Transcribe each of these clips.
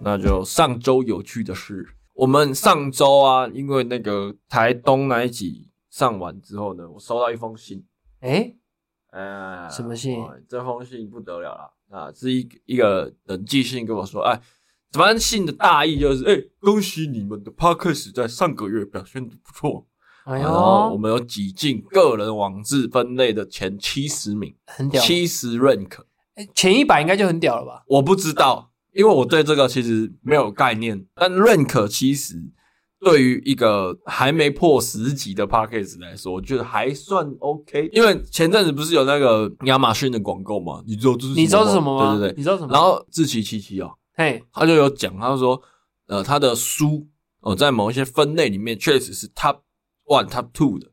那就上周有趣的事，我们上周啊，因为那个台东那一集上完之后呢，我收到一封信，哎，呃，什么信哇这封信不得了啦，啊，是一一个人寄信跟我说，哎，反正信的大意就是，哎，恭喜你们的 podcast 在上个月表现的不错，哎然后我呦，们有挤进个人网志分类的前七十名，很屌，七十 rank，哎前一百应该就很屌了吧？我不知道，因为我对这个其实没有概念。但 rank 其实对于一个还没破十级的 p a c k a g e 来说，我觉得还算 OK。因为前阵子不是有那个亚马逊的广告嘛？你知道这是你知道是什么吗？对对对。你知道什么？然，后志奇七七哦，嘿，他就有讲，他就说，呃，他的书哦、呃在某一些分类里面确实是 top one、top two 的，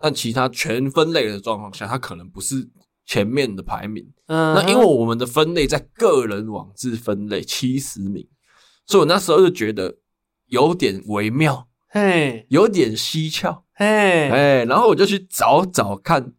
但其他全分类的状况下，他可能不是前面的排名。嗯，那因为我们的分类在个人网志分类七十名，所以我那时候就觉得有点微妙，嘿，有点蹊跷，哎、嘿，然后我就去找找 看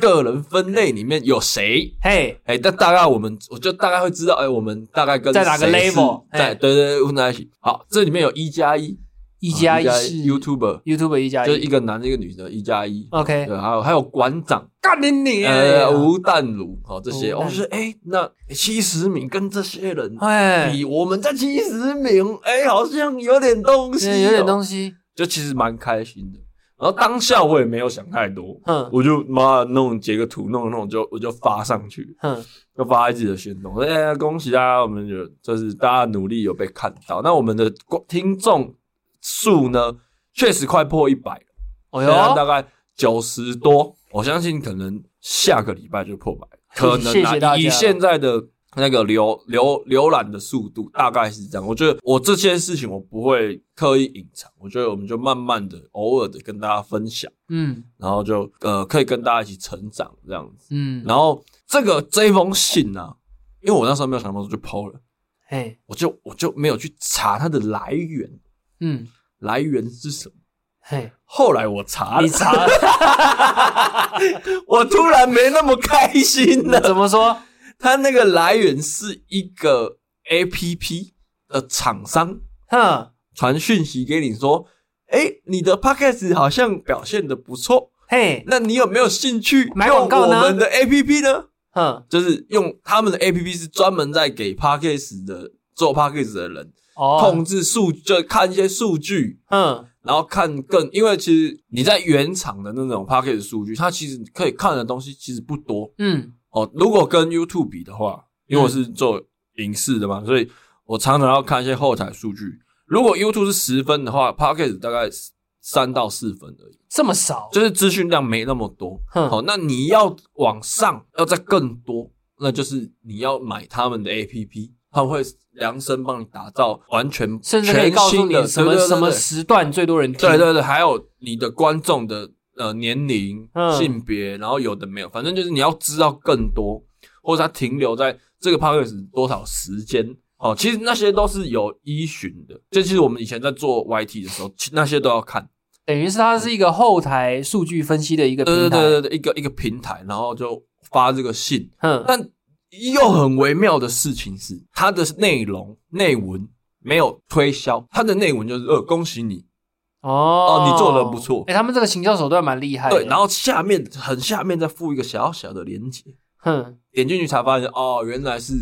个人分类里面有谁。嘿，哎、但大概我们我就大概会知道，哎、我们大概跟在哪个谁是 level，哎在对对对混在一起。好，这里面有一加一，一加一啊是 YouTuber， YouTube 一哎加就是一一个男的，一个女的，一加一。 ，OK，对，还有还有馆长，干你你，哎呃，吴淡如，好、这些，哦我吴淡如是哎，那七十名跟这些人哎，比，我们在七十名，哎，好像有点东西、哎有点东西，西，就其实蛮开心的。然后当下我也没有想太多，嗯我就妈弄截个图，弄一弄就我就发上去，嗯，就发在自己的行动。哎，恭喜大家，我们有就是大家努力有被看到。那我们的观听众数呢，确实快破一百了。哦现在大哟，概九十多，我相信可能下个礼拜就破百，可能、啊、谢谢大家以现在的那个浏浏浏览的速度大概是这样。我觉得我这些事情我不会刻意隐藏，我觉得我们就慢慢的、偶尔的跟大家分享，嗯然后就呃可以跟大家一起成长这样子。嗯，然后这个这一封信呢、啊，因为我那时候没有想到我就抛了，嘿，我就我就没有去查它的来源，嗯来源是什么。嘿， 后来我查了，你查我突然没那么开心 了。怎么说？它那个来源是一个 A P P 的厂商哼，传讯息给你说，哎、你的 Podcast 好像表现的不错，嘿，那你有没有兴趣买广告呢用我们的 A P P 呢？哼，就是用他们的 A P P 是专门在给 Podcast 的做 Podcast 的人控哦，制数，就看一些数据，嗯，然后看更，因为其实你在原厂的那种 p a c k a g e 数据，它其实可以看的东西其实不多嗯，哦。如果跟 YouTube 比的话，因为我是做影视的嗯嘛，所以我常常要看一些后台数据。如果 YouTube 是十分的话 p a c k a g e 大概三到四分而已，这么少，就是资讯量没那么多。哼好、那你要往上，要再更多，那就是你要买他们的 APP，他们会量身帮你打造完全甚至可以全告诉新你的什么对对对什么对时段最多人听，对对对，还有你的观众的呃年龄、嗯性别，然后有的没有，反正就是你要知道更多，或者他停留在这个 p o d c a s t 多少时间。哦，其实那些都是有依循的，这其实我们以前在做 YT 的时候，其那些都要看。等于是它是一个后台数据分析的一个对平对台，对对对，一个一个平台，然后就发这个信。哼，但又很微妙的事情是，它的内容内文没有推销，它的内文就是呃，恭喜你哦哦你做得不错哎，他们这个行销手段蛮厉害的，对，然后下面很下面再附一个小小的连接，哼，点进去才发现哦，原来是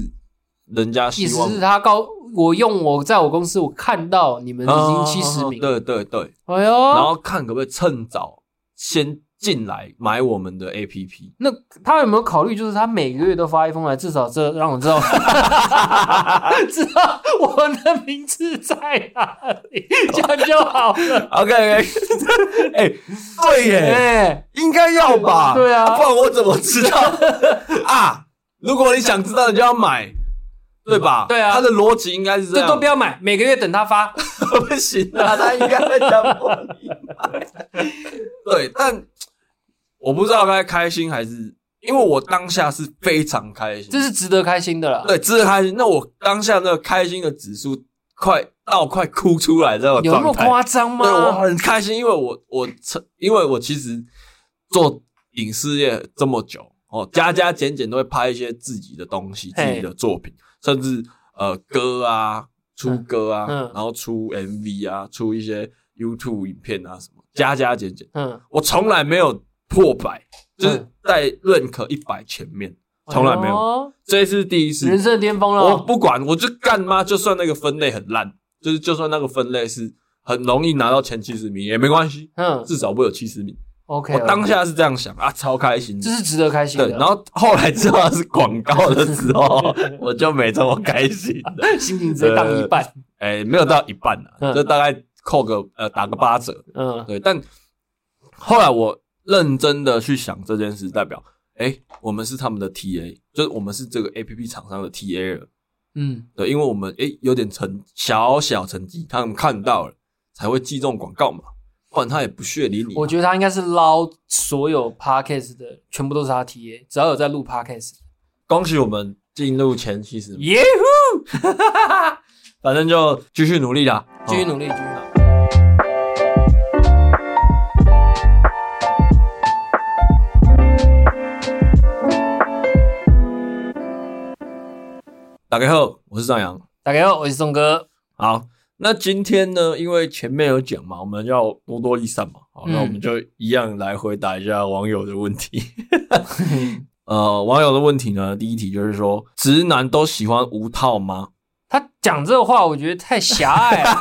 人家意希望思是他告我用我在我公司我看到你们已啊经七十名，哦对对对，哎然呦，后看可不可以趁早先进来买我们的 APP。那他有没有考虑就是他每个月都发一封来，至少这让我知道， 知道我的名字在哪里，这样就好了。 OK，哎、 对耶，哎，应该要吧？对啊不然我怎么知道啊？如果你想知道，你就要买，对吧？对啊他的逻辑应该是这这样，都不要买，每个月等他发。不行 啊，他应该在强迫你买。对，但我不知道该开心还是，因为我当下是非常开心，这是值得开心的啦。对，值得开心。那我当下那个开心的指数快到快哭出来这个有那么状态，夸张对我吗？很开心，因为我我曾因为我其实做影视业这么久哦，加加减减都会拍一些自己的东西、自嘿己的作品，甚至呃歌啊、出歌啊，嗯然后出 MV 啊，出一些 YouTube 影片啊什么，加加减减，嗯，我从来没有破百，就是嗯哦在认可一百前面，从来没有，有，这是第一次。人生的巅峰我了。不管，我就干妈，就算那个分类很烂，就是就算那个分类是很容易拿到前七十名也没关系，嗯至少我有七十名。 ，OK，我当下是这样想啊，超开心的这。是值得开心的。对，然后后来知道是广告的时 候，我就没这么开心了。心情直接荡一半。哎、没有到一半啊，嗯就大概扣个呃打个八折。嗯对，但后来我认真的去想这件事，代表哎、我们是他们的 TA，就是我们是这个 APP 厂商的 TA 了。嗯，对，因为我们诶、有点成小小成绩，他们看到了才会记中广告嘛，不然他也不屑理你嘛。我觉得他应该是捞所有 podcast 的，全部都是他 TA，只要有在录 podcast。恭喜我们进入前七十名，耶呼！反正就继续努力啦，继续力。努力，继续努力。打开后，我是张扬。大家好，我是宋哥。 好，那今天呢，因为前面有讲嘛，我们要多多益善嘛，好，那嗯我们就一样来回答一下网友的问题。 呃，网友的问题呢，第一题就是说，直男都喜欢无套吗？ 他讲这话，我觉得太狭隘啊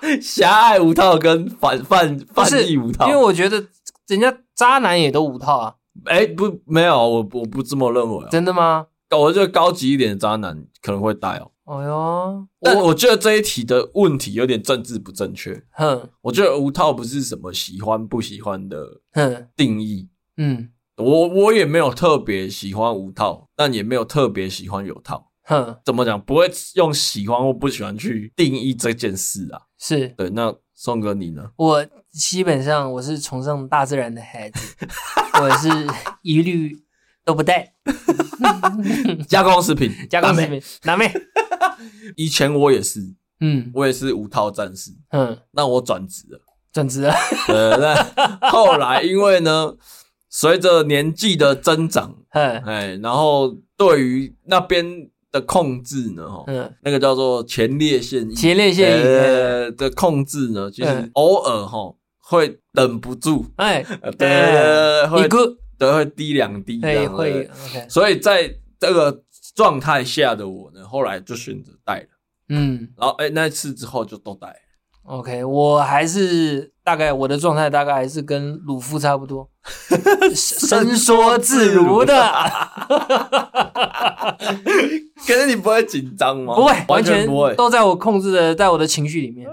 了，狭隘无套跟反泛不泛是？义无套，因为我觉得人家渣男也都五套啊，哎、不，没有，我我不这么认为、啊。真的吗？我觉得高级一点的渣男可能会戴哦、哎呦，但我觉得这一题的问题有点政治不正确。哼我觉得无套不是什么喜欢不喜欢的哼定义，嗯我我也没有特别喜欢无套，但也没有特别喜欢有套。哼，怎么讲？不会用喜欢或不喜欢去定义这件事啊。是对，那宋哥你 呢？我基本上我是崇尚大自然的孩子，我 是一律都不带加工食品，加工食大妹。品，南妹，以前我也是，嗯我也是无套战士，嗯，啊那我转职了。转职了， 呃，那后来因为呢，随着年纪的增长，嗯哎，然后对于那边的控制呢，哦，嗯，那个叫做前列腺液，前列腺液，呃的控制呢，其实嗯偶尔哈会忍不住，哎呃，对对，对，一会个对会滴两滴这哎样，会对，OK，所以在这个状态下的我呢，后来就选择戴了，嗯然后哎那次之后就都戴了。 ，OK，我还是大概我的状态大概还是跟鲁夫差不 多，伸缩自如的，可是你不会紧张吗？不会，完全全不会。都在我控制的，在我的情绪里 面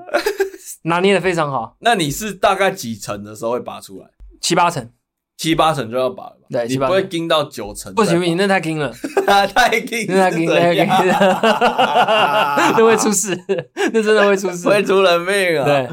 拿捏的非常好，那你是大概几层的时候会拔出来？七八成，七八层就要拔了吧？对你七不八会成盯到九层？不行不行，，那太 king 了， 太盯那太 king，那 太 king，那会出事，那真的会出事，会出人命啊！对，，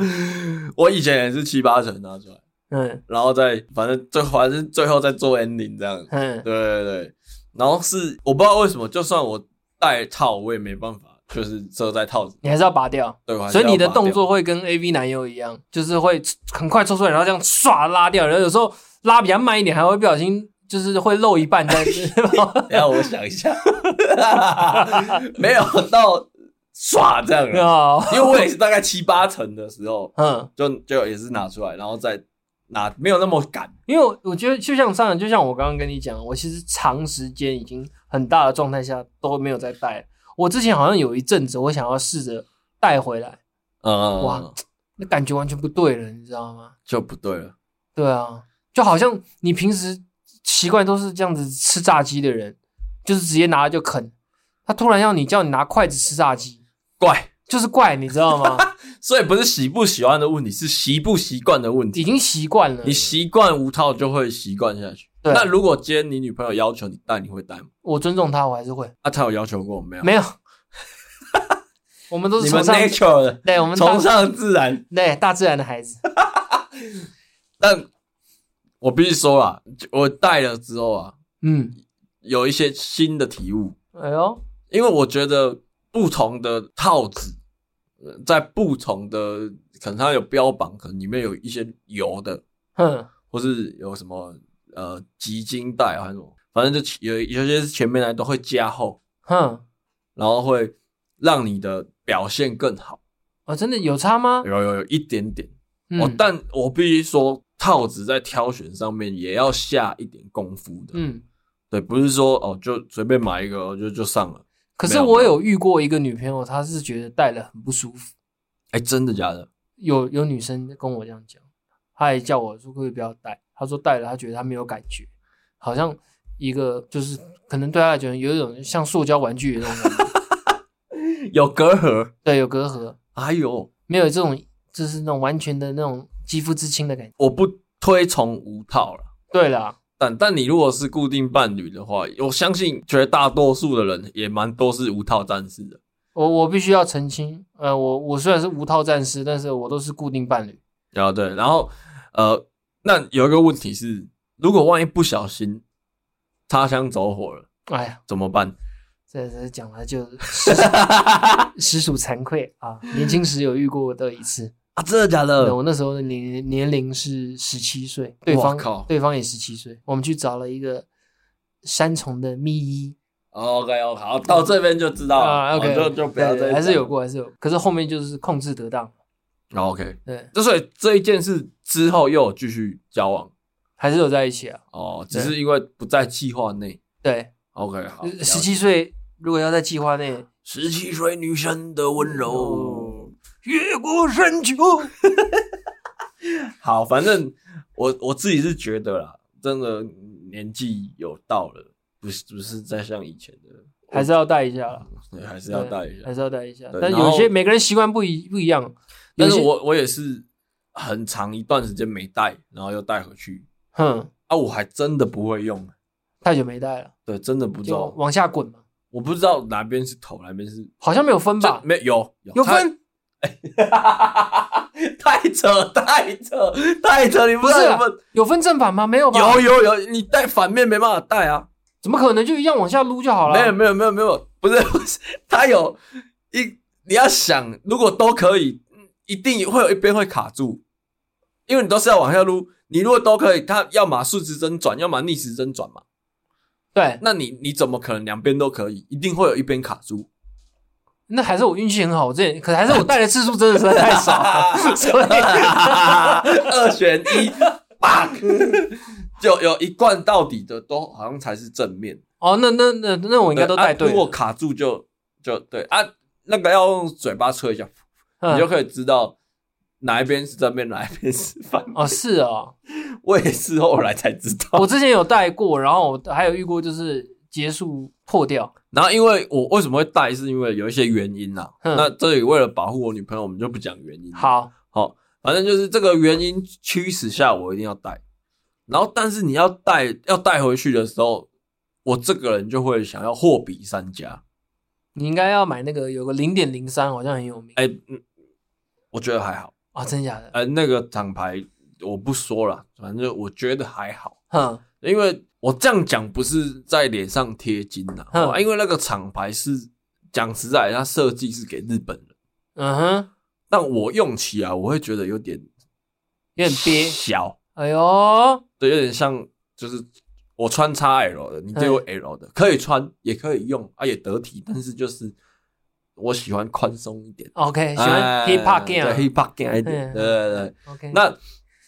我以前也是七八层拿出来，嗯然后再反正最反正最后再做 ending 这样。嗯对对对，然后是我不知道为什么，就算我戴套，我也没办法，就是遮在套子。你还是要拔掉。对，我还是所以你的要拔掉动作会跟 A V 男优一样，就是会很快抽出来，然后这样唰拉掉，然后有时候拉比较慢一点，还会不小心就是会漏一半在。 等一下我想一下， 没有到耍这样啊， 哦，因为我也是大概七八成的时候，嗯，就就也是拿出来，然后再拿，没有那么赶。因为我我觉得就像上，就像我刚刚跟你讲，我其实长时间已经很大的状态下都没有在戴了。我之前好像有一阵子，我想要试着带回来，嗯，哇，那感觉完全不对了，你知道吗？就不对了。对啊，就好像你平时习惯都是这样子吃炸鸡的人，就是直接拿了就啃，他突然要你叫你拿筷子吃炸鸡，怪，就是怪你知道吗？ 所以不是喜不喜欢的问题，是习不习惯的问已题。经习惯了你。习惯无套就会习惯下去。对那如果今天你女朋友要求你戴，你会戴吗？我尊重他，我还是会啊，她有要求过没有？没有。我们都是你们崇尚， natural 的，对我们大崇尚自然。对大自然的孩子。但我必须说啦，我戴了之后啊，嗯，有一些新的体悟，哎呦，因为我觉得不同的套子，呃在不同的可能它有标榜，可能里面有一些油的，哼，或是有什么呃集金带还是什么，反正就有有些是前面来都会加厚，哼，然后会让你的表现更好，哦，真的有差吗？有有有一点点。嗯哦，但我必须说，套子在挑选上面也要下一点功夫的。嗯，对，不是说哦就随便买一个哦就就上了。可没是有我有遇过一个女朋友，她是觉得戴了很不舒服。哎、真的假的？有有女生跟我这样讲，她也叫我说可不可以不要戴，她说戴了她觉得她没有感觉，好像一个就是可能对她来讲有一种像塑胶玩具的那种感觉，有隔阂？对，有隔阂，哎呦，没有这种就是那种完全的那种肌肤之亲的感觉。我不推崇无套了。对啦，但但你如果是固定伴侣的话，我相信绝大多数的人也蛮都是无套战士的。我我必须要澄清，呃，我我虽然是无套战士，但是我都是固定伴侣，啊，对，然后呃，那有一个问题是，如果万一不小心擦枪走火了哎呀。怎么办？这这讲了就 实实属惭愧啊！年轻时有遇过的一次，啊，真的假对的？我那时候的年年龄是十七岁，对哇方靠对方也十七岁，我们去找了一个山虫的密医 OK OK，好，到这边就知道了，啊，OK，哦就就不要对对再还是讲有。过，还是有，可是后面就是控制得当，哦 OK，对，之所以这一件事之后又有继续交往还是有在一起啊，哦，只是因为不在计划内。对， OK，好，十七岁如果要在计划内，十七岁女生的温柔。越过山丘，好，反正我我自己是觉得啦，真的年纪有到了，不是不是再像以前的， 还是要带一下啦，对还是要对啊带一下还。是要带一下对，但然后有些每个人习惯不一不一样，但是有些我我也是很长一段时间没带，然后又带回去哼，啊，我还真的不会用，太久没带了，对，真的不知就道，往下滚嘛，我不知道哪边是头，哪边是好像没有分这吧，没有有，分，它 太扯太扯太扯，你不不知是道有啊没有有分正反吗？没有吧？有有有，你带反面没办法带啊。怎么可能就一样往下撸就好了？没有没有没有没有，不是不是，它有一你要想，如果都可以，嗯一定会有一边会卡住，因为你都是要往下撸。你如果都可以，它要么顺时针转，要么逆时针转嘛。对，那你你怎么可能两边都可以？一定会有一边卡住。 那还是我运气很好，我之前可是还是我带的次数真的实在太 少了，所以二选一，bug，就有一贯到底的都好像才是正面。哦，那那那那我应该都带啊对如果了，卡住就就对啊，那个要用嘴巴吹一下，你就嗯可以知道哪一边是正面，哪一边是反面。哦是哦，我也是后来才知道。我之前有带过，然后我还有遇过就是结束破掉，然后因为我为什么会带，是因为有一些原因啦、嗯那这里为了保护我女朋友，我们就不讲原因。，好，好、反正就是这个原因驱使下，我一定要带。然后，但是你要带要带回去的时候，我这个人就会想要货比三家。你应该要买那个有个零点零三，好像很有名哎、嗯，我觉得还好。啊，真假的？呃，那个厂牌我不说了，反正我觉得还好。哼，因为我这样讲不是在脸上贴金呐、哼哦因为那个厂牌是讲实在，它设计是给日本人，嗯哼，但我用起来我会觉得有点有点憋，小，哎呦，对，有点像就是我穿 XL 的，你嗯对我 L 的，可以穿也可以用啊，也得体，但是就是我喜欢宽松一点， OK，喜欢 hip hop 哎对 game，OK， hip hop game 一点，嗯对对对。那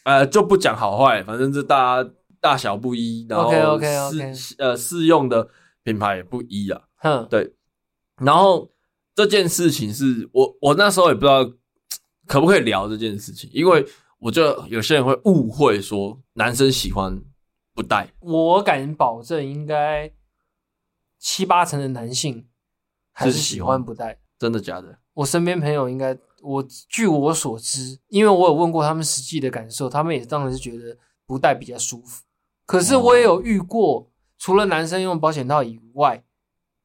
呃就不讲好坏，反正这大家大小不一，然后 OK，OK，OK 试呃试用的品牌也不一啊。哼，然后这件事情是我我那时候也不知道可不可以聊这件事情，因为我就有些人会误会说男生喜欢不戴，我敢保证，应该七八成的男性还是喜欢不戴。真的假的？我身边朋友应该，我据我所知，因为我有问过他们实际的感受，他们也当然是觉得不戴比较舒服。可是我也哦有遇过，除了男生用保险套以外，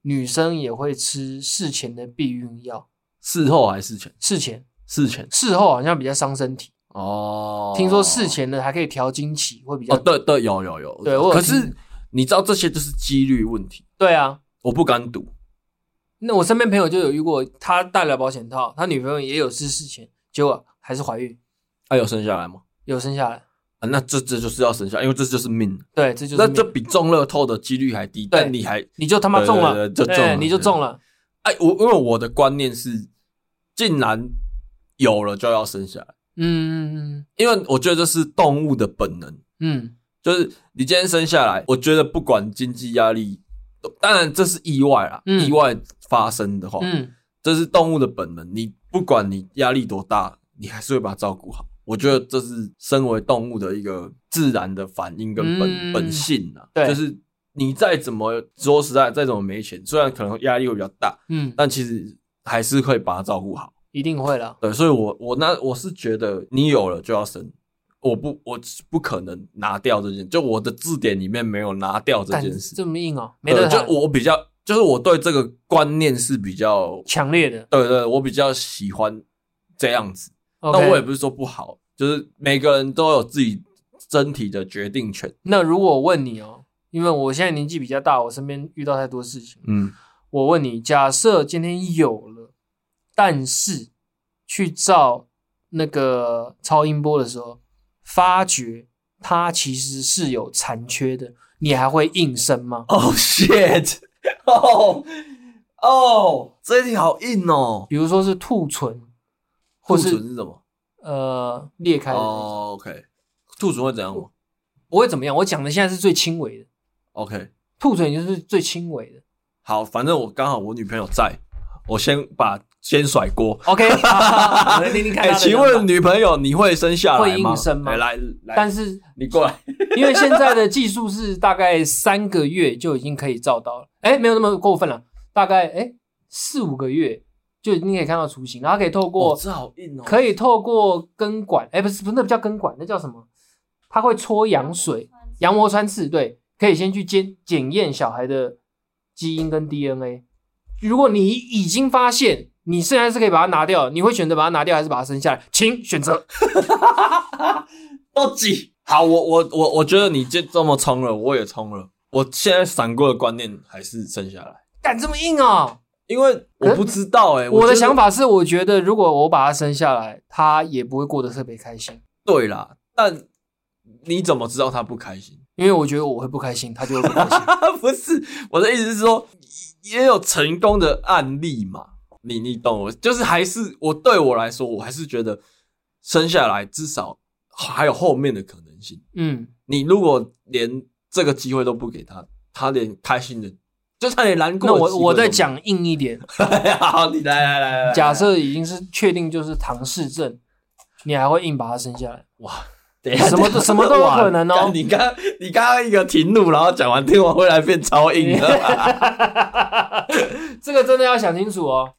女生也会吃事前的避孕药。事后还是事前？事前、事前事后好像比较伤身体，哦，听说事前的还可以调经期，会比较、哦，对对，有有有，对我有可是听你知道这些就是几率问题，对啊，我不敢赌。那我身边朋友就有遇过，他戴了保险套，他女朋友也有试事前，结果还是怀孕，还、有哎生下来吗？有生下来。啊，那这这就是要生下，因为这就是命。对，这就是那命这比中乐透的几率还低，对但你还你就他妈中了，对对对就中了哎你就中了。哎，我因为我的观念是，竟然有了就要生下来，嗯嗯因为我觉得这是动物的本能，嗯就是你今天生下来，我觉得不管经济压力，当然这是意外啦，嗯意外发生的话，嗯这是动物的本能。你不管你压力多大，你还是会把它照顾好。我觉得这是身为动物的一个自然的反应跟本、嗯本性啊，对就是你再怎么说实在，再怎么没钱，虽然可能压力会比较大，嗯，但其实还是会把它照顾好。一定会啦。对，所以我我那我是觉得你有了就要生，我不我不可能拿掉这件，就我的字典里面没有拿掉这干件事。这么硬哦，没对，得就谈，我比较，就是我对这个观念是比较，强烈的。对对，我比较喜欢这样子。 OK，那我也不是说不好，就是每个人都有自己身体的决定权。那如果我问你哦，因为我现在年纪比较大，我身边遇到太多事情。嗯，我问你，假设今天有了，但是去照那个超音波的时候，发觉它其实是有残缺的，你还会应声吗？哦、shit，哦哦，这一题好硬哦。比如说是兔唇，或兔唇是是什么？呃裂开的那种，哦，OK，兔唇会怎样吗不会怎么样。我讲的现在是最轻微的， ？OK，兔唇就是最轻微的。好，反正我刚好我女朋友在，我先把先甩锅。 OK，我来听听看哎、他的请想问法女朋友你会生下来会吗？硬生吗哎来来，但是你过来。 因为现在的技术是大概三个月就已经可以照到了，哎，没有那么过分了，大概哎四五个月就已经可以看到雏形，然后可以透过、哦这好硬哦。可以透过根管，哎，不是不是那不叫根管，那叫什么？它会搓羊水，羊膜穿刺，对，可以先去检检验小孩的基因跟 DNA。如果你已经发现你现在是可以把它拿掉，你会选择把它拿掉还是把它生下来？请选择。都挤。 好，我我我我觉得你这这么冲了，我也冲了。我现在闪过的观念还是生下来，敢这么硬啊、因为我不知道哎、我觉的得想法是，我觉得如果我把他生下来，他也不会过得特别开心，对啦，但你怎么知道他不开心？ 因为我觉得我会不开心，他就会不开心。 不是我的意思是说，也有成功的案例嘛。你你懂我，就是还是我对我来说，我还是觉得生下来至少还有后面的可能性。嗯，你如果连这个机会都不给他，他连开心的，就是他连难过那的机会我都我再没有讲硬一点，好，你来来来来，假设已经是确定就是唐氏症，你还会硬把他生下来？ 哇，等一下什么都等一下什么都有可能哦哇你刚你刚刚一个停怒，然后讲完听完回来变超硬 的，这个真的要想清楚哦。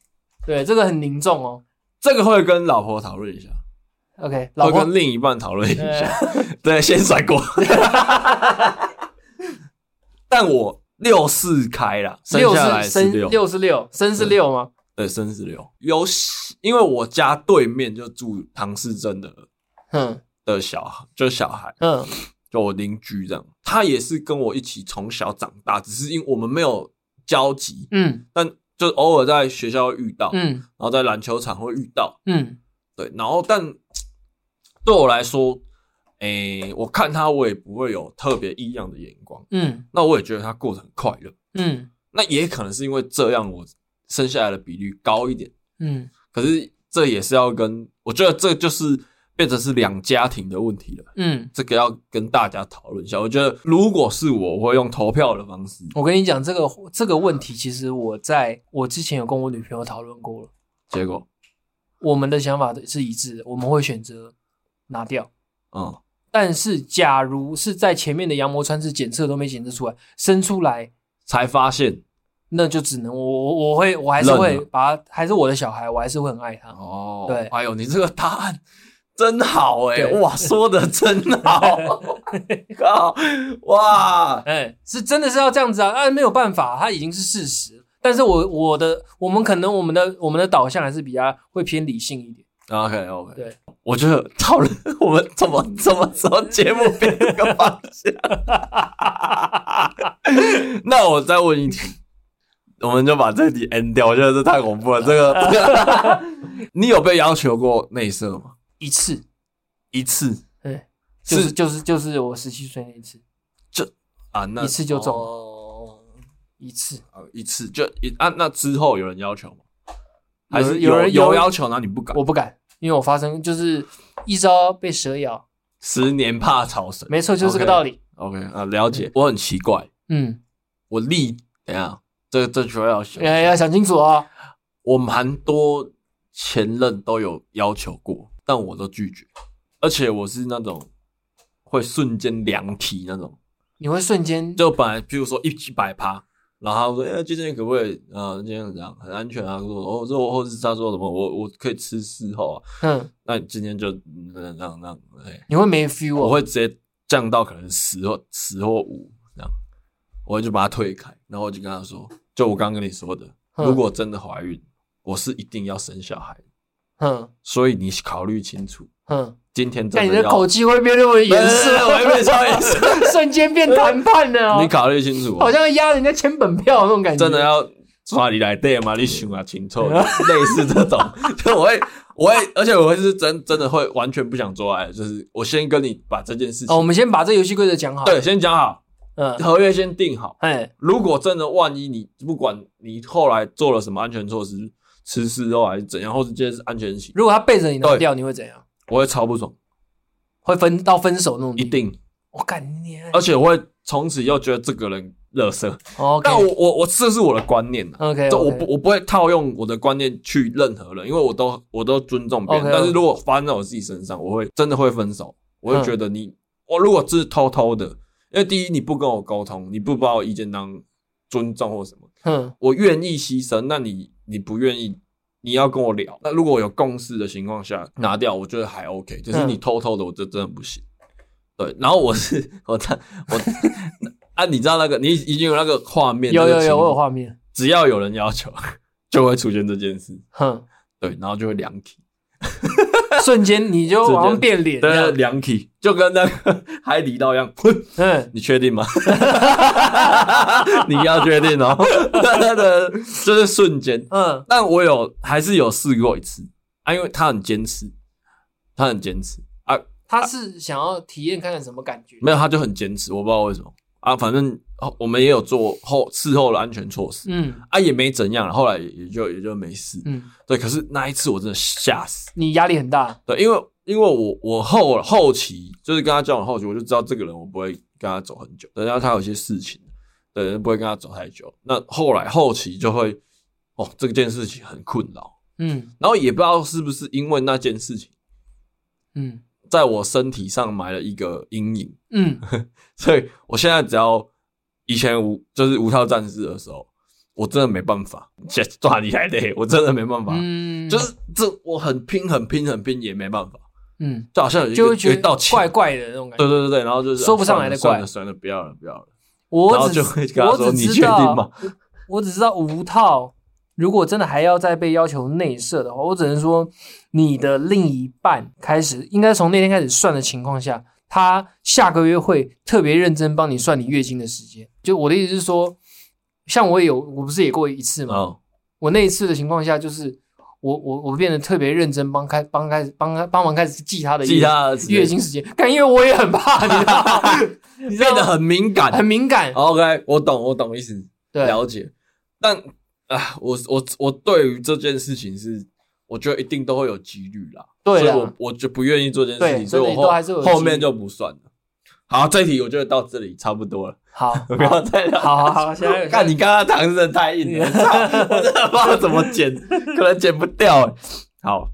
对，这个很凝重哦。这个会跟老婆讨论一下， OK，老会婆跟，另一半讨论一下。呃对，先甩 锅。但我六四开啦，生 六下来是是生六，六是六，生是六吗？对，生是六。有，因为我家对面就住唐氏症的嗯的小孩，就小孩，嗯就我邻居这样，他也是跟我一起从小长大，只是因为我们没有交集，嗯但就偶尔在学校会遇到，然嗯后在篮球场会遇到，嗯对，然后但对我来说，诶、我看他我也不会有特别异样的眼光，嗯那我也觉得他过得很快乐，嗯那也可能是因为这样我生下来的比率高一点，嗯，可是这也是要跟我觉得这就是变成是两家庭的问题了。嗯，这个要跟大家讨论一下。我觉得如果是我，我会用投票的方式。我跟你讲，这个这个问题，其实我在我之前有跟我女朋友讨论过了，结果，我们的想法是一致的，我们会选择拿掉。嗯，但是，假如是在前面的羊膜穿刺检测都没检测出来，生出来，才发现那就只能我我我会我还是认了会把他，还是我的小孩，我还是会很爱他。哦对哎呦，你这个答案真好哎、对哇，说的真好， 靠，哇，哎，是真的是要这样子啊？啊，没有办法，他已经是事实。但是我我的我们可能我们的我们的导向还是比较会偏理性一点。 OK OK，对，我觉得讨论我们怎么怎么怎么节目变这个方向。 那我再问一题，我们就把这题 end 掉。我觉得这太恐怖了。这个，这个 你有被要求过内射吗？一次，一次对，就是是就是就是我十七岁那一次。啊，那一次就中哦一次，呃啊一次就一啊。那之后有人要求吗？还是有人有有要求，然后你不敢我？不敢，因为我发生就是一朝被蛇咬，十年怕草绳。没错，就是这个 OK 道理。 OK 啊，了解。我很奇怪，嗯，我历等一下这这就要想，哎要想清楚哦。我蛮多前任都有要求过，但我都拒绝，而且我是那种会瞬间凉皮那种，你会瞬间就本来比如说一一百趴。然后他说：“哎、今天可不可以？呃，今天怎样？很安全啊。”说：“哦，这我或是他说什么？我我可以吃事后啊。嗯，那你今天就嗯让让让，哎，你会没 feel 我哦。会直接降到可能十或十或五这样，我就把它推开，然后我就跟他说，就我刚跟你说的，嗯如果真的怀孕，我是一定要生小孩，嗯所以你考虑清楚，嗯，今天但真你的要口气会变那么严肃，不是我也没超严肃，瞬间变谈判了你哦，考虑清楚、好哦，像压人家签本票那种感觉。真的要。抓你来对嘛？你想啊，清楚，嗯类似这 种，就我会，我会，而且我会是真真的会完全不想做爱，就是我先跟你把这件事情，哦，我们先把这游戏规则讲好。，对，先讲好，嗯，合约先定好，哎，如果真的万一你不管你后来做了什么安全措施，吃事后还是怎样，或是这些是安全性，如果他背着你拿对掉，你会怎样？我会超不爽，会分到分手那种地一步？定，我干你啊！而且我会从此又觉得这个人乐色。 OK 但我我我这是我的观念啊， OK，这我不我不会套用我的观念去任何人，因为我都我都尊重别人。 OK，OK 但是如果发生在我自己身上，我会真的会分手，我嗯会觉得你，我如果是偷偷的，因为第一你不跟我沟通，你不把我意见当尊重或什么。嗯我愿意牺牲，那你你不愿意，你要跟我聊。那如果有共识的情况下拿掉，我觉得还 OK。就是嗯你偷偷的，我就真的不行。对，然后我是我在我 啊，你知道那个你已经有那个画面，有那个有情有，景我有画面。只要有人要求，就会出现这件事。哼，对，然后就会凉体，瞬间 你就往上变脸，对，这样凉体就跟那个 海底捞一样。哼嗯，你确定吗？ 你要确定哦， 就是瞬间，嗯但我有还是有试过一次啊，因为他很坚持，他很坚持啊，他是想要体验看看什么感觉？没有他就很坚持，我不知道为什么啊，反正哦我们也有做后事后的安全措施、嗯啊，也没怎样，后来也也就也就没事。嗯，对，可是那一次我真的吓死，你压力很大。对，因为因为我我后后期就是跟他交往后期，我就知道这个人我不会跟他走很久，人家他有些事情，对，不会跟他走太久。那后来后期就会哦，这件事情很困扰。嗯然后也不知道是不是因为那件事情，嗯在我身体上埋了一个阴影，嗯，所以我现在只要以前无就是无套战士的时候，我真的没办法，这抓你还得，我真的没办法，嗯，就是这我很拼很拼很拼也没办法，嗯，就好像有一个就会有觉一道得墙怪，怪的那种感对觉。对对对，然后就是说不上来的怪算了算了，不要了不要了，然我后只就会跟他我说只你知确道，定吗？我只知道无套，如果真的还要再被要求内射的话，我只能说你的另一半开始，应该从那天开始算的情况下，他下个月会特别认真帮你算你月经的时间。就我的意思是说，像我有，我不是也过一次嘛？嗯我那一次的情况下，就是我我我变得特别认真帮开帮开帮他帮忙开始记他的记他的时间月经时间，但因为我也很怕，你知道吗， 你知道变吗得很哦敏感，很敏感， OK，我懂，我懂意思，对了解。但啊，我我我对于这件事情是，我觉得一定都会有几率啦。对啊所以啦我我就不愿意做这件事情，对所以真我的后都还是有几率后面就不算了。好，这一题我觉得到这里差不多了， 好，我不要再 聊。好好好，现在看你刚刚糖真的太硬 了，操我真的不知道怎么剪，可能剪不掉欸。好，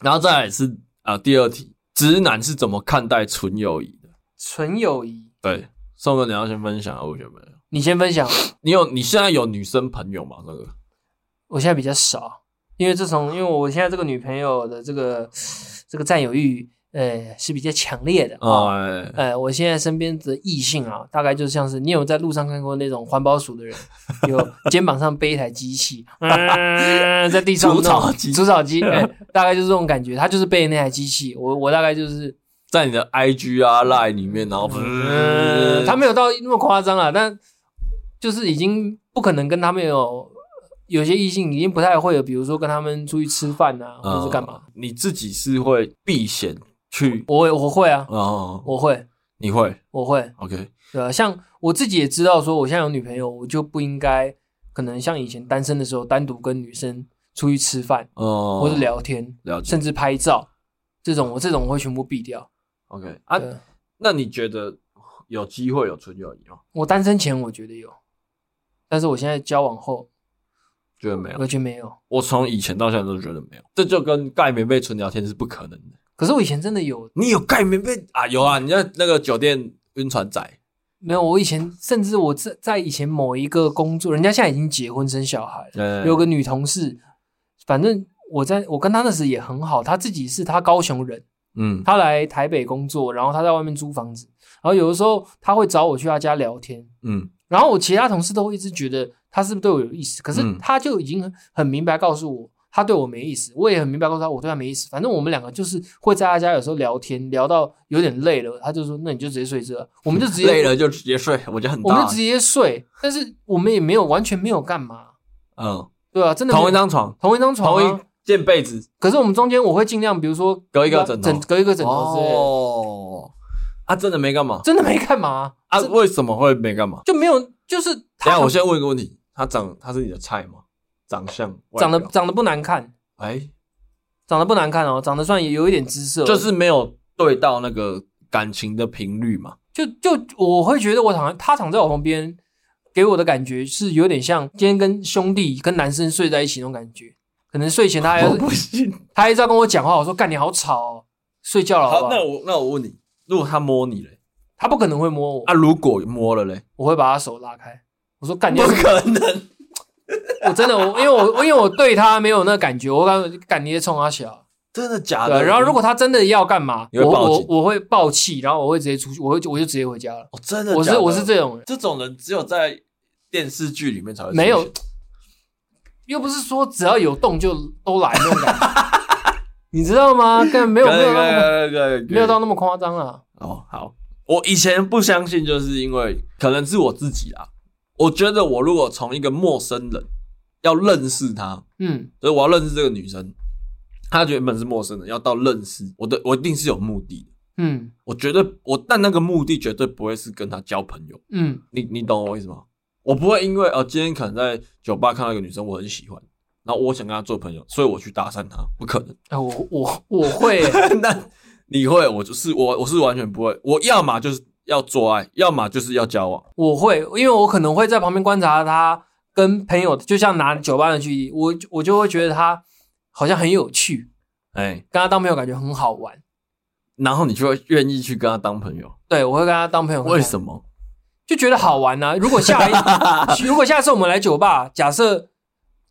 然后再来是啊、第二题，直男是怎么看待纯友谊的？纯友谊，对，宋哥你要先分享啊，我觉得。你先分享。你有你现在有女生朋友吗？那个我现在比较少，因为自从因为我现在这个女朋友的这个这个占有欲，呃，是比较强烈的啊。啊，呃，我现在身边的异性啊，大概就像是你有在路上看过那种环保署的 人，有肩膀上背一台机器，嗯， 在地上除弄草机除 草机，哎大概就是这种感觉。他就是背那台机器，我我大概就是，在你的 IG 啊、Line 里面，然后嗯，他没有到那么夸张啊，但就是已经不可能跟他们有有些异性已经不太会有，比如说跟他们出去吃饭啊，或者是干嘛。嗯你自己是会避嫌去我会我会啊，哦，我会，你会我会， OK 对啊，像我自己也知道，说我现在有女朋友，我就不应该，可能像以前单身的时候，单独跟女生出去吃饭哦，或者聊天，了解甚至拍照，这种我这种我会全部避掉。 ，OK 啊，对那你觉得有机会有纯友谊吗？我单身前我觉得有，但是我现在交往后觉得没有完，全没有。我从以前到现在都觉得没有，这就跟盖棉被纯聊天是不可能的。可是我以前真的有，你有盖棉被啊？有啊，你在那个酒店晕船仔，没有？我以前甚至我在在以前某一个工作，人家现在已经结婚生小孩了，呃有个女同事，反正我在我跟她那时也很好，她自己是她高雄人，嗯她来台北工作，然后她在外面租房子，然后有的时候她会找我去她家聊天，嗯然后我其他同事都会一直觉得她是不是对我有意思，可是嗯她就已经很很明白告诉我。她对我没意思，我也很明白告诉她我对她没意思。反正我们两个就是会在她家有时候聊天，聊到有点累了，她就说：“那你就直接睡这啊。”我们就直接 累了就直接睡，我觉得很我们大就直，接睡。但是我们也没有完全没有干嘛，嗯，对啊，真的没有同一张床，同一张床、同啊，一件被子，可是我们中间我会尽量，比如说隔一个枕头隔一个枕头之类的，哦，啊，真的没干嘛真的没干嘛啊？为什么会没干嘛？就没有，就是等一他下我先问一个问题，他长他是你的菜吗？长相外长得表长得不难看，哎，长得不难看哦，长得算也有一点姿色，就是没有对到那个感情的频率嘛。就就我会觉得我躺他躺在我旁边，给我的感觉是有点像今天跟兄弟跟男生睡在一起那种感觉，可能睡前他还我不信。他还在跟我讲话，我说干你好吵、哦，睡觉了好不好，啊好那我那我问你，如果他摸你嘞？他不可能会摸我，啊，如果摸了嘞？我会把他手拉开，我说干你不可能。我真的，我因为我因为我对他没有那感觉，我感感觉冲他小。真的假对，啊的？然后如果他真的要干嘛，啊你会我报我警我会爆气，然后我会直接出去，我会我就直接回家了。哦，真的假我是的我是这种人，这种人，只有在电视剧里面才会出现没有，又不是说只要有动就都来那种感觉， 你知道吗？但没有哎没有那么可以可以可以可以可以没有到那么夸张啊。哦，好，我以前不相信，就是因为可能是我自己啦。我觉得我如果从一个陌生人要认识他，嗯，所以我要认识这个女生，她原本是陌生人，要到认识我的，我一定是有目的的。嗯我绝对我，但那个目的绝对不会是跟她交朋友。嗯你你懂我意思吗？我不会因为呃，今天可能在酒吧看到一个女生，我很喜欢，然后我想跟她做朋友，所以我去搭讪她，不可能。 哎，我我我会欸那你会，我就是我，我是完全不会。我要么就是要做爱，要么就是要交往。我会，因为我可能会在旁边观察他跟朋友，就像拿酒吧的距离，我我就会觉得他好像很有趣，哎、跟他当朋友感觉很好玩。然后你就会愿意去跟她当朋友，对，我会跟他当朋友。为什么？就觉得好玩呢、如果下一 如果下次我们来酒吧，假设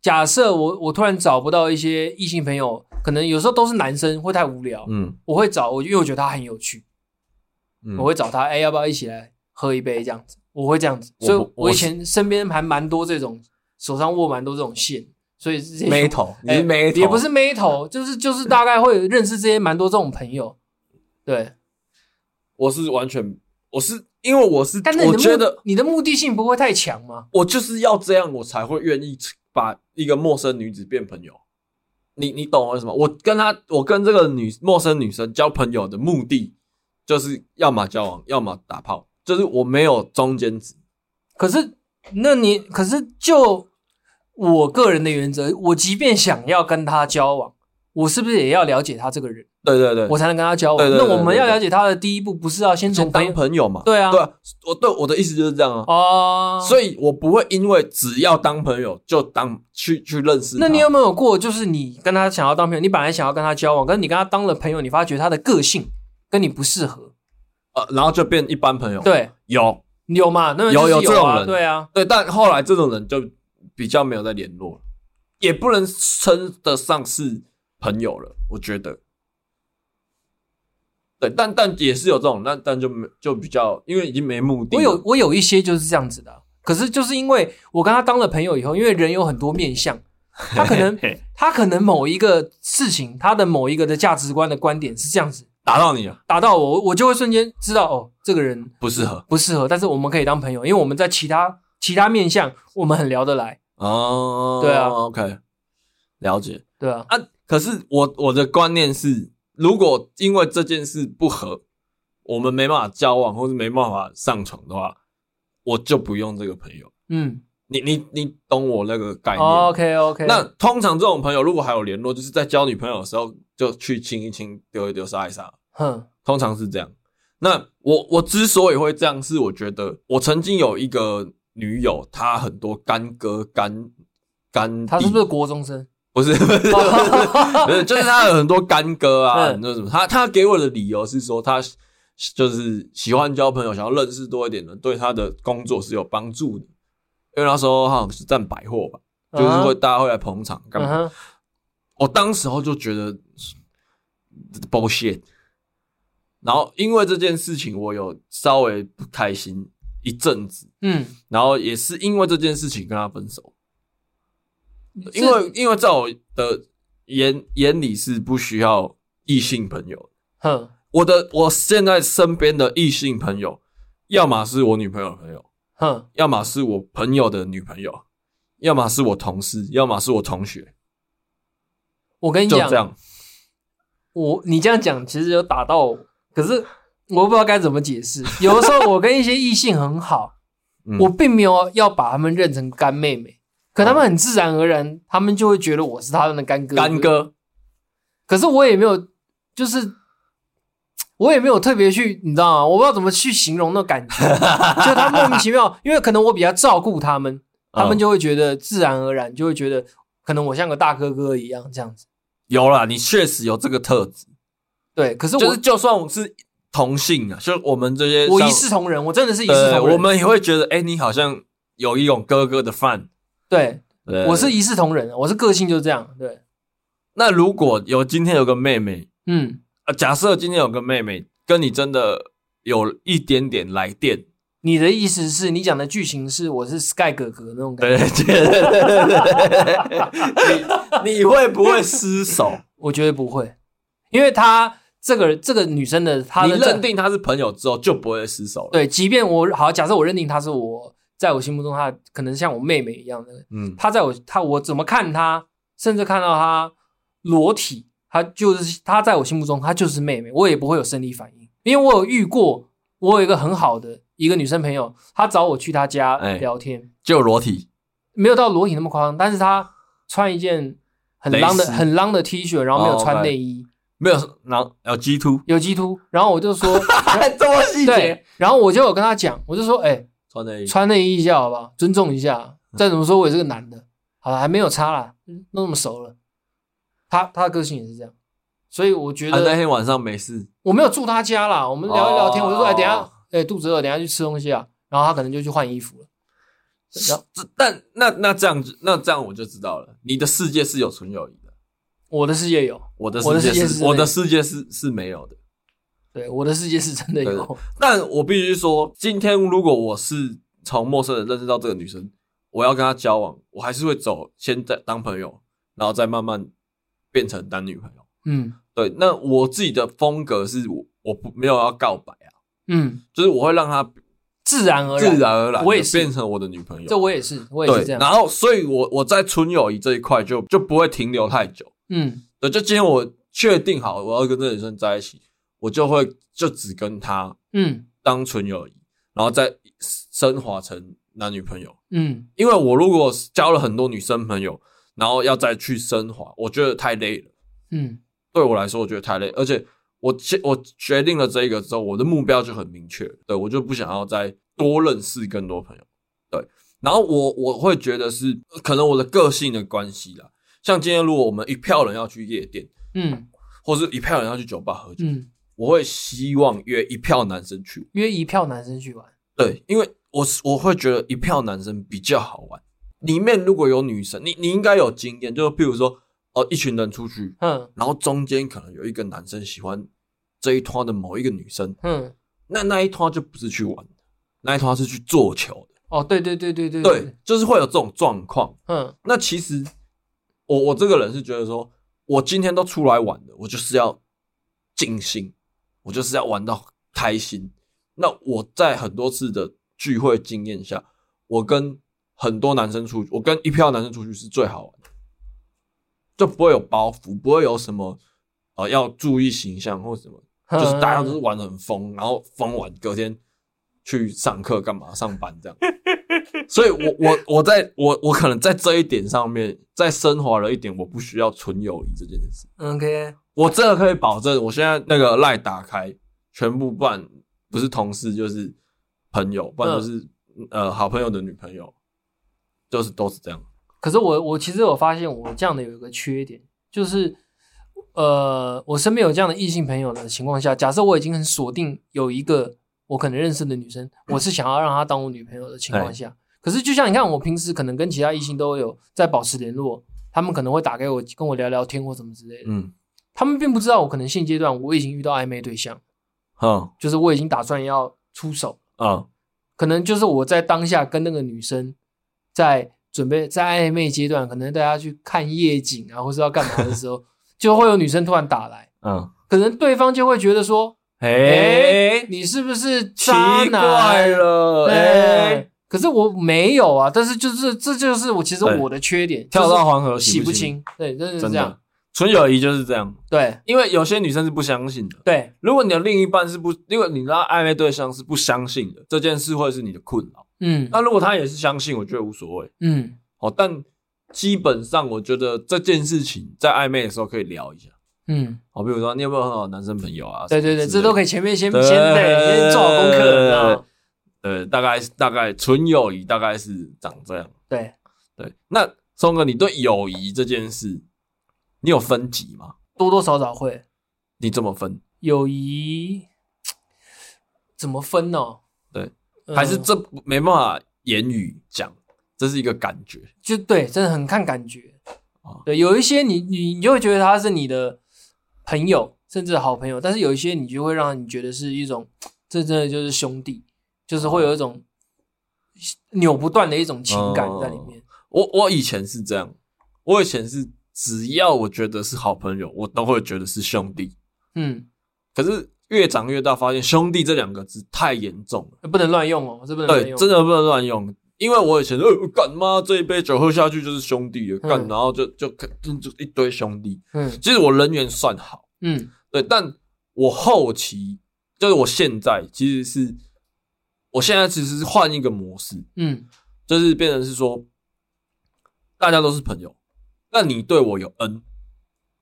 假设我我突然找不到一些异性朋友，可能有时候都是男生，会太无聊。嗯我会找我，因为我觉得他很有趣，嗯，我会找他，哎、要不要一起来喝一杯这样子？我会这样子，我所以我我以前身边还蛮多这种，手上握蛮多这种线，所以这些哎眉 头，你是眉头，也不是妹头，就是就是大概会认识这些蛮多这种朋友，对。我是完全，我是因为我是但，是你我的觉目得你的目的性不会太强吗？我就是要这样，我才会愿意把一个陌生女子变朋友。你你懂我意思吗？我跟她，我跟这个女陌生女生交朋友的目的，就是要么交往，要么打炮，就是我没有中间值。可是，那你可是就我个人的原则，我即便想要跟他交往，我是不是也要了解他这个人，对对对，我才能跟他交往？对对对那我们要对对了解他的第一步，不是要先从先朋当友朋友嘛。对啊对啊，我对我的意思就是这样啊。哦？所以我不会因为只要当朋友就当去去认识她。那你有没有过，就是你跟他想要当朋友，你本来想要跟他交往，可是你跟他当了朋友，你发觉他的个性跟你不适合，呃，然后就变一般朋友？，对，有有嘛？那有就是有这种啊人对啊，对，但后来这种人就比较没有再联络了，也不能称得上是朋友了，我觉得。对，但但也是有这种，但但就没就比较，因为已经没目的了。我有我有一些就是这样子的啊，可是就是因为我跟他当了朋友以后，因为人有很多 面相，他可能他可能某一个事情，他的某一个的价值观的观点是这样子，打到你了，打到我，我就会瞬间知道哦，这个人不适合不适合，但是我们可以当朋友，因为我们在其他其他面相我们很聊得来，哦。对啊，OK，了解对啊，啊。可是我我的观念是，如果因为这件事不合，我们没办法交往，或是没办法上床的话，我就不用这个朋友。嗯，哦你你你懂我那个概念。 OK OK，那通常这种朋友如果还有联络，就是在交女朋友的时候就去亲一亲、丢一丢、杀一杀，哼通常是这样。那我我之所以会这样，是我觉得我曾经有一个女友，她很多干哥干干弟，他是不是国中生？不是不是不是不是，就是他有很多干哥啊，嗯很多什么。他他给我的理由是说，他就是喜欢交朋友，想要认识多一点人，对他的工作是有帮助的。因为那时候好像是干百货吧，就是啊会大家会来捧场干嗯嘛。哼，我当时候就觉得 bullshit，然后因为这件事情，我有稍微不开心一阵子，嗯，然后也是因为这件事情跟他分手。是因为因为在我的眼眼里是不需要异性朋友的。哼我的我现在身边的异性朋友，要么是我女朋友的朋友，哼，要么是我朋友的女朋友，要么是我同事，要么是我同学，我跟你就讲这，样。我你这样讲其实有打到我，可是我不知道该怎么解释。有的时候我跟一些异性很好，嗯我并没有要把他们认成干妹妹，可他们很自然而然，他们就会觉得我是他们的干哦哥干。哥，可是我也没有，就是我也没有特别去，你知道吗？我不知道怎么去形容那 感觉，就他莫名其妙，因为可能我比较照顾他们，他嗯们就会觉得自然而然就会觉得，可能我像个大哥哥一样这样子。有啦，你确实有这个特质，对，可是我、就是就算我是同性啊，就是我们这些我像一视同仁，我真的是一视同对，仁。我们也会觉得，哎、你好像有一种哥哥的范。对对我是一视同仁，我是个性就这样。对，那如果有今天有个妹妹，嗯啊，假设今天有个妹妹跟你真的有一点点来电，你的意思是你讲的剧情是我是 Sky 哥哥那种感觉？对对对对对对， 你你会不会失手？我觉得不会，因为他这个这个女生的她你的认定她是朋友之后就不会失手了。对，即便我好假设我认定她是我，在我心目中她可能像我妹妹一样的，嗯，她在我她我怎么看她，甚至看到她裸体，她就是她在我心目中她就是妹妹，我也不会有生理反应，因为我有遇过，我有一个很好的一个女生朋友，她找我去她家哎聊天。就裸体，没有到裸体那么夸张，但是他穿一件很蕾浪的、丝很浪的 T 恤，然后没有哦穿，OK 内衣，没有，然后有 G two，有鸡突。然后我 就说，这么细对，，然后我就有跟他讲，我就说，哎、穿内衣，穿内衣一下好不好？尊重一下，嗯再怎么说我也是个男的，好了，还没有差啦，嗯都那么熟了。他他的个性也是这样，所以我觉啊，那得天晚上没事，我没有住他家啦，我们聊一聊天，哦我就说，哎、等一下，哎、肚子饿，等一下去吃东西啊。然后他可能就去换衣服了，然后这但那那这样子，那这样我就知道了，你的世界是有纯友谊的，我的世界有，我的我的世世界界是是我的世界是是没有的。对，我的世界是真的对有，但我必须说，今天如果我是从陌生人认识到这个女生，我要跟她交往，我还是会走先在当朋友，然后再慢慢变成当女朋友。 嗯对，那我自己的风格是我我不没有要告白啊，嗯，就是我会让她自然而自然，然而然地我也是变成我的女朋友。这我也是，我也是这对，样。然后所以我我在纯友谊这一块就就不会停留太久。嗯对，就今天我确定好我要跟这个女生在一起，我就会就只跟她嗯当纯友谊，然后再升华成男女朋友。嗯，因为我如果交了很多女生朋友，然后要再去升华，我觉得太累了。嗯对我来说，我觉得太累，而且我决我决定了这个之后，我的目标就很明确，对我就不想要再多认识更多朋友。对，然后我我会觉得是可能我的个性的关系啦，像今天如果我们一票人要去夜店，嗯或是一票人要去酒吧喝酒，嗯，我会希望约一票男生去约一票男生去玩。对，因为我是我会觉得一票男生比较好玩。里面如果有女生，你你应该有经验，就是譬如说，哦，一群人出去，嗯然后中间可能有一个男生喜欢这一团的某一个女生，嗯，那那一团就不是去玩的，那一团是去做球的。哦，对对对对对对，，就是会有这种状况。嗯那其实我我这个人是觉得说，我今天都出来玩的，我就是要尽兴，我就是要玩到开心。那我在很多次的聚会经验下，我跟很多男生出去，我跟一票男生出去是最好玩的，就不会有包袱，不会有什么呃要注意形象或什么，就是大家都是 玩的很疯，然后疯完隔天去上课干嘛上班这样。所以我我我在我我可能在这一点上面再升华了一点，我不需要纯友谊这件事。 OK，我真的可以保证，我现在那个赖打开，全部不然不是同事就是朋友，不然就是、呃好朋友的女朋友，就是都是这样。可是我我其实有发现我这样的有一个缺点，就是呃，我身边有这样的异性朋友的情况下，假设我已经很锁定有一个我可能认识的女生，我是想要让她当我女朋友的情况下，可是就像你看，我平时可能跟其他异性都有在保持联络，他们可能会打给我跟我聊聊天或什么之类的，嗯，他们并不知道我可能现阶段我已经遇到暧昧对象，哼就是我已经打算要出手。啊可能就是我在当下跟那个女生在准备在暧昧阶段，可能大家去看夜景啊，或是要干嘛的时候，就会有女生突然打来，嗯，可能对方就会觉得说哎、你是不是奇渣怪男？了，哎、哎、可是我没有啊，但是就是这就是我其实对我的缺点，跳到就是黄河洗不不，清，对，真的是真这样的，，纯友谊就是这样。对因为有些女生是不相信的，对，如果你的另一半是不，如果你的暧昧对象是不相信的，这件事会是你的困扰。嗯那如果他也是相信，我觉得无所谓。嗯，哦，但基本上我觉得这件事情在暧昧的时候可以聊一下。嗯，哦，比如说你有没有很好的男生朋友啊？对对什么之对，类这的都可以前面先对先对，先做好功课，你知道吗？对，大概大概纯友谊大概是长这样。对，对，那松哥，你对友谊这件事，你有分级吗？多多少少会，你怎么分？友谊怎么分呢？对嗯，还是这没办法言语讲，这是一个感觉。就对，真的很看感觉哦。对，有一些你你你就会觉得他是你的朋友，甚至好朋友，但是有一些你就会让你觉得是一种，这真的就是兄弟，就是会有一种扭不断的一种情感哦在里面。我我以前是这样，我以前是只要我觉得是好朋友，我都会觉得是兄弟。嗯，可是越长越大，发现“兄弟”这两个字太严重了，不能乱用哦，这不能乱对，用。真的不能乱用。因为我以前，呃，干妈这一杯酒喝下去就是兄弟了，嗯干，然后就就就就一堆兄弟。嗯其实我人缘算好，嗯对，但我后期就是我现在其实是，我现在其实是换一个模式，嗯就是变成是说，大家都是朋友，那你对我有恩，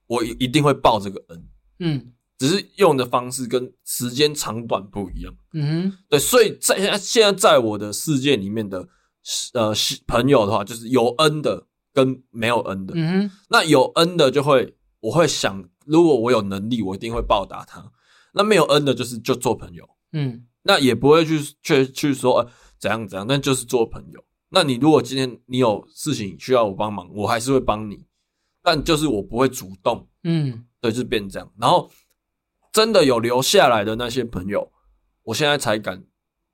我一定会报这个恩，嗯只是用的方式跟时间长短不一样。嗯哼，对，所以在现在现在在我的世界里面的呃是朋友的话，就是有恩的跟没有恩的。嗯哼，那有恩的就会，我会想，如果我有能力，我一定会报答他。那没有恩的，就是就做朋友，嗯那也不会去去去说、呃、怎样怎样，但就是做朋友。那你如果今天你有事情需要我帮忙，我还是会帮你，但就是我不会主动，嗯对，就是变这样。然后真的有留下来的那些朋友，我现在才敢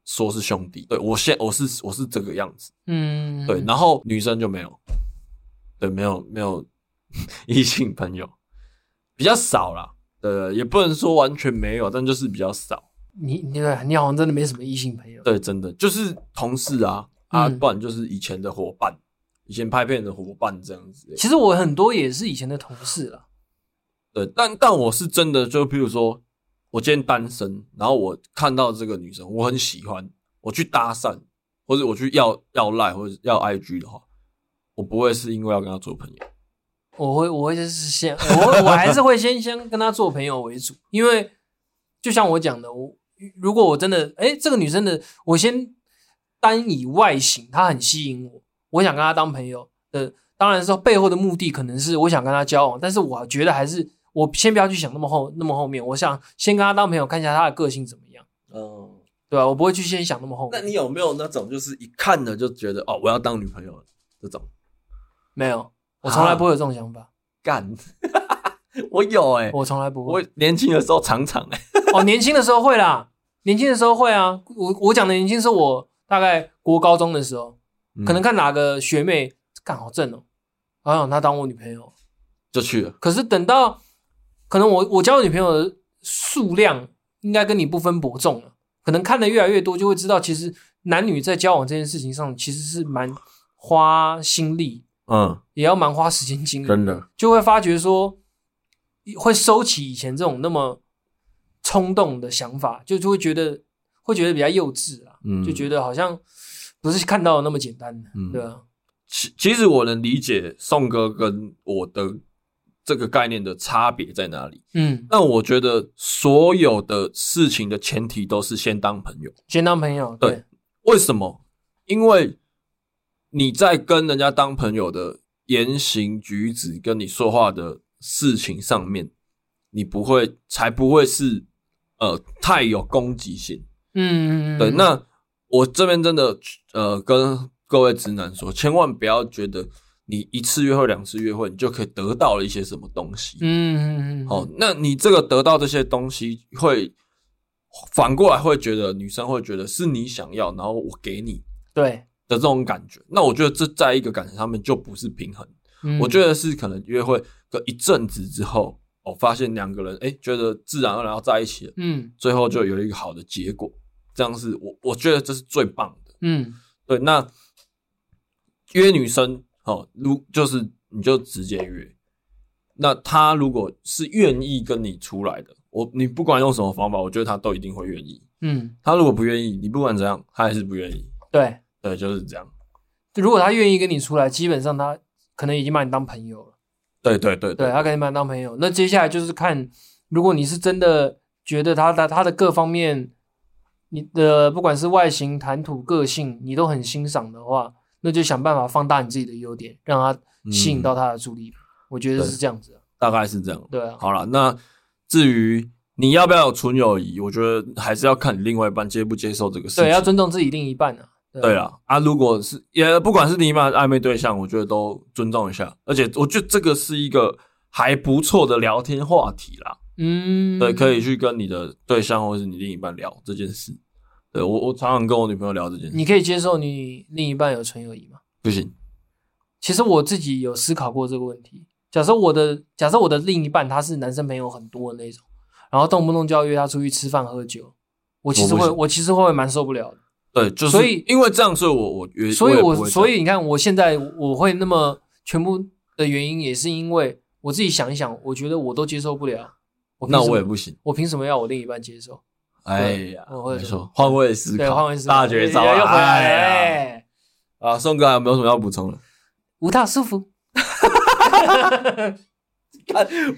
说是兄弟。对我现我是我是这个样子，嗯，对。然后女生就没有，对，没有没有 异性朋友比较少啦。呃，也不能说完全没有，但就是比较少。你你你好像真的没什么异性朋友。对，真的就是同事啊，啊，嗯不然就是以前的伙伴，以前拍片的伙伴这样子。其实我很多也是以前的同事了。对，但但我是真的，就譬如说，我今天单身，然后我看到这个女生，我很喜欢，我去搭讪，或者我去要要赖，或者要 IG 的话，我不会是因为要跟她做朋友。我会，我会就是先， 我会我还是会先先跟他做朋友为主，因为就像我讲的，我如果我真的，哎，这个女生的，我先单以外形，她很吸引我，我想跟她当朋友的，当然说背后的目的可能是我想跟她交往，但是我觉得还是我先不要去想那么后那么后面，我想先跟她当朋友，看一下她的个性怎么样，嗯，对吧、我不会去先想那么后面，有没有那种就是一看了就觉得哦，我要当女朋友了这种？没有，我从来不会有这种想法，干， 我有哎、我从来不会。我年轻的时候常常哎、 哦，年轻的时候会啦，年轻的时候会啊。我我讲的年轻是我大概国高中的时候，嗯可能看哪个学妹干好正哦，好想她当我女朋友。就去了。可是等到可能我我交的女朋友的数量应该跟你不分伯仲了，可能看的越来越多，就会知道其实男女在交往这件事情上其实是蛮花心力，嗯，也要蛮花时间精力的。真的，就会发觉说，会收起以前这种那么冲动的想法，就就会觉得会觉得比较幼稚啊，嗯就觉得好像不是看到的那么简单的，嗯对啊，其其实我能理解宋哥跟我的这个概念的差别在哪里。嗯，但我觉得所有的事情的前提都是先当朋友。先当朋友，对，对为什么？因为你在跟人家当朋友的言行举止，跟你说话的事情上面，你不会才不会是呃太有攻击性。嗯，嗯嗯对，那我这边真的呃跟各位直男说，千万不要觉得你一次约会、两次约会，你就可以得到了一些什么东西。嗯嗯嗯，嗯哦，，那你这个得到这些东西会。反过来会觉得女生会觉得是你想要，然后我给你，对，的这种感觉。那我觉得这在一个感情上面就不是平衡，嗯我觉得是可能约会个一阵子之后，我、发现两个人哎、诶觉得自然而然要在一起了，嗯最后就有一个好的结果，这样是我我觉得这是最棒的。嗯对，那约女生哦，如就是你就直接约。那她如果是愿意跟你出来的，我你不管用什么方法，我觉得她都一定会愿意。嗯，她如果不愿意，你不管怎样，她还是不愿意。对，对，就是这样。如果他愿意跟你出来，基本上他可能已经把你当朋友了，对对对对他可能把你当朋友。那接下来就是看，如果你是真的觉得他的他的各方面，你的不管是外形、谈吐、个性，你都很欣赏的话，那就想办法放大你自己的优点，让嗯他吸引到他的注意力。我觉得是这样子的，啊大概是这样。对啊，好了，那至于你要不要有纯友谊，我觉得还是要看你另外一半接不接受这个事情。对，要尊重自己另一半啊。对啊，啊，如果是也不管是另一半暧昧对象，我觉得都尊重一下。而且我觉得这个是一个还不错的聊天话题啦，嗯，对，可以。去跟你的对象或是你另一半聊这件事。对我，我常常跟我女朋友聊这件事，你可以接受你另一半有纯友谊吗？不行，其实我自己有思考过这个问题。假设我的假设我的另一半他是男生朋友很多的那种，然后动不动就要约他出去吃饭喝酒，我其实我不会行我其实会蛮受不了的。对，就是所以因为这样，所以我我约，所以也我不会这样所以你看，我现在我会那么全部的原因，也是因为我自己想一想，我觉得我都接受不了。我凭那什我么也不行。我凭什么要我另一半接受？哎呀我，会没错，换位思对，换考，位思考，大绝招啊！又回哎呀来了，哎啊，宋哥还有没有什么要补充的？ 无套舒服。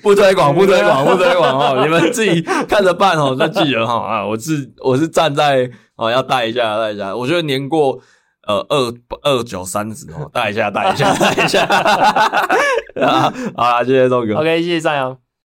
不推广，不推广，不推广 哦！你们自己看着办哦。那记得哈啊，我是我是站在哦，要带一下，带一下。我觉得年过呃二二九三十 哦，带一下，带一下，带一下。啊，好啦，谢谢宋哥。 OK，谢谢赞扬。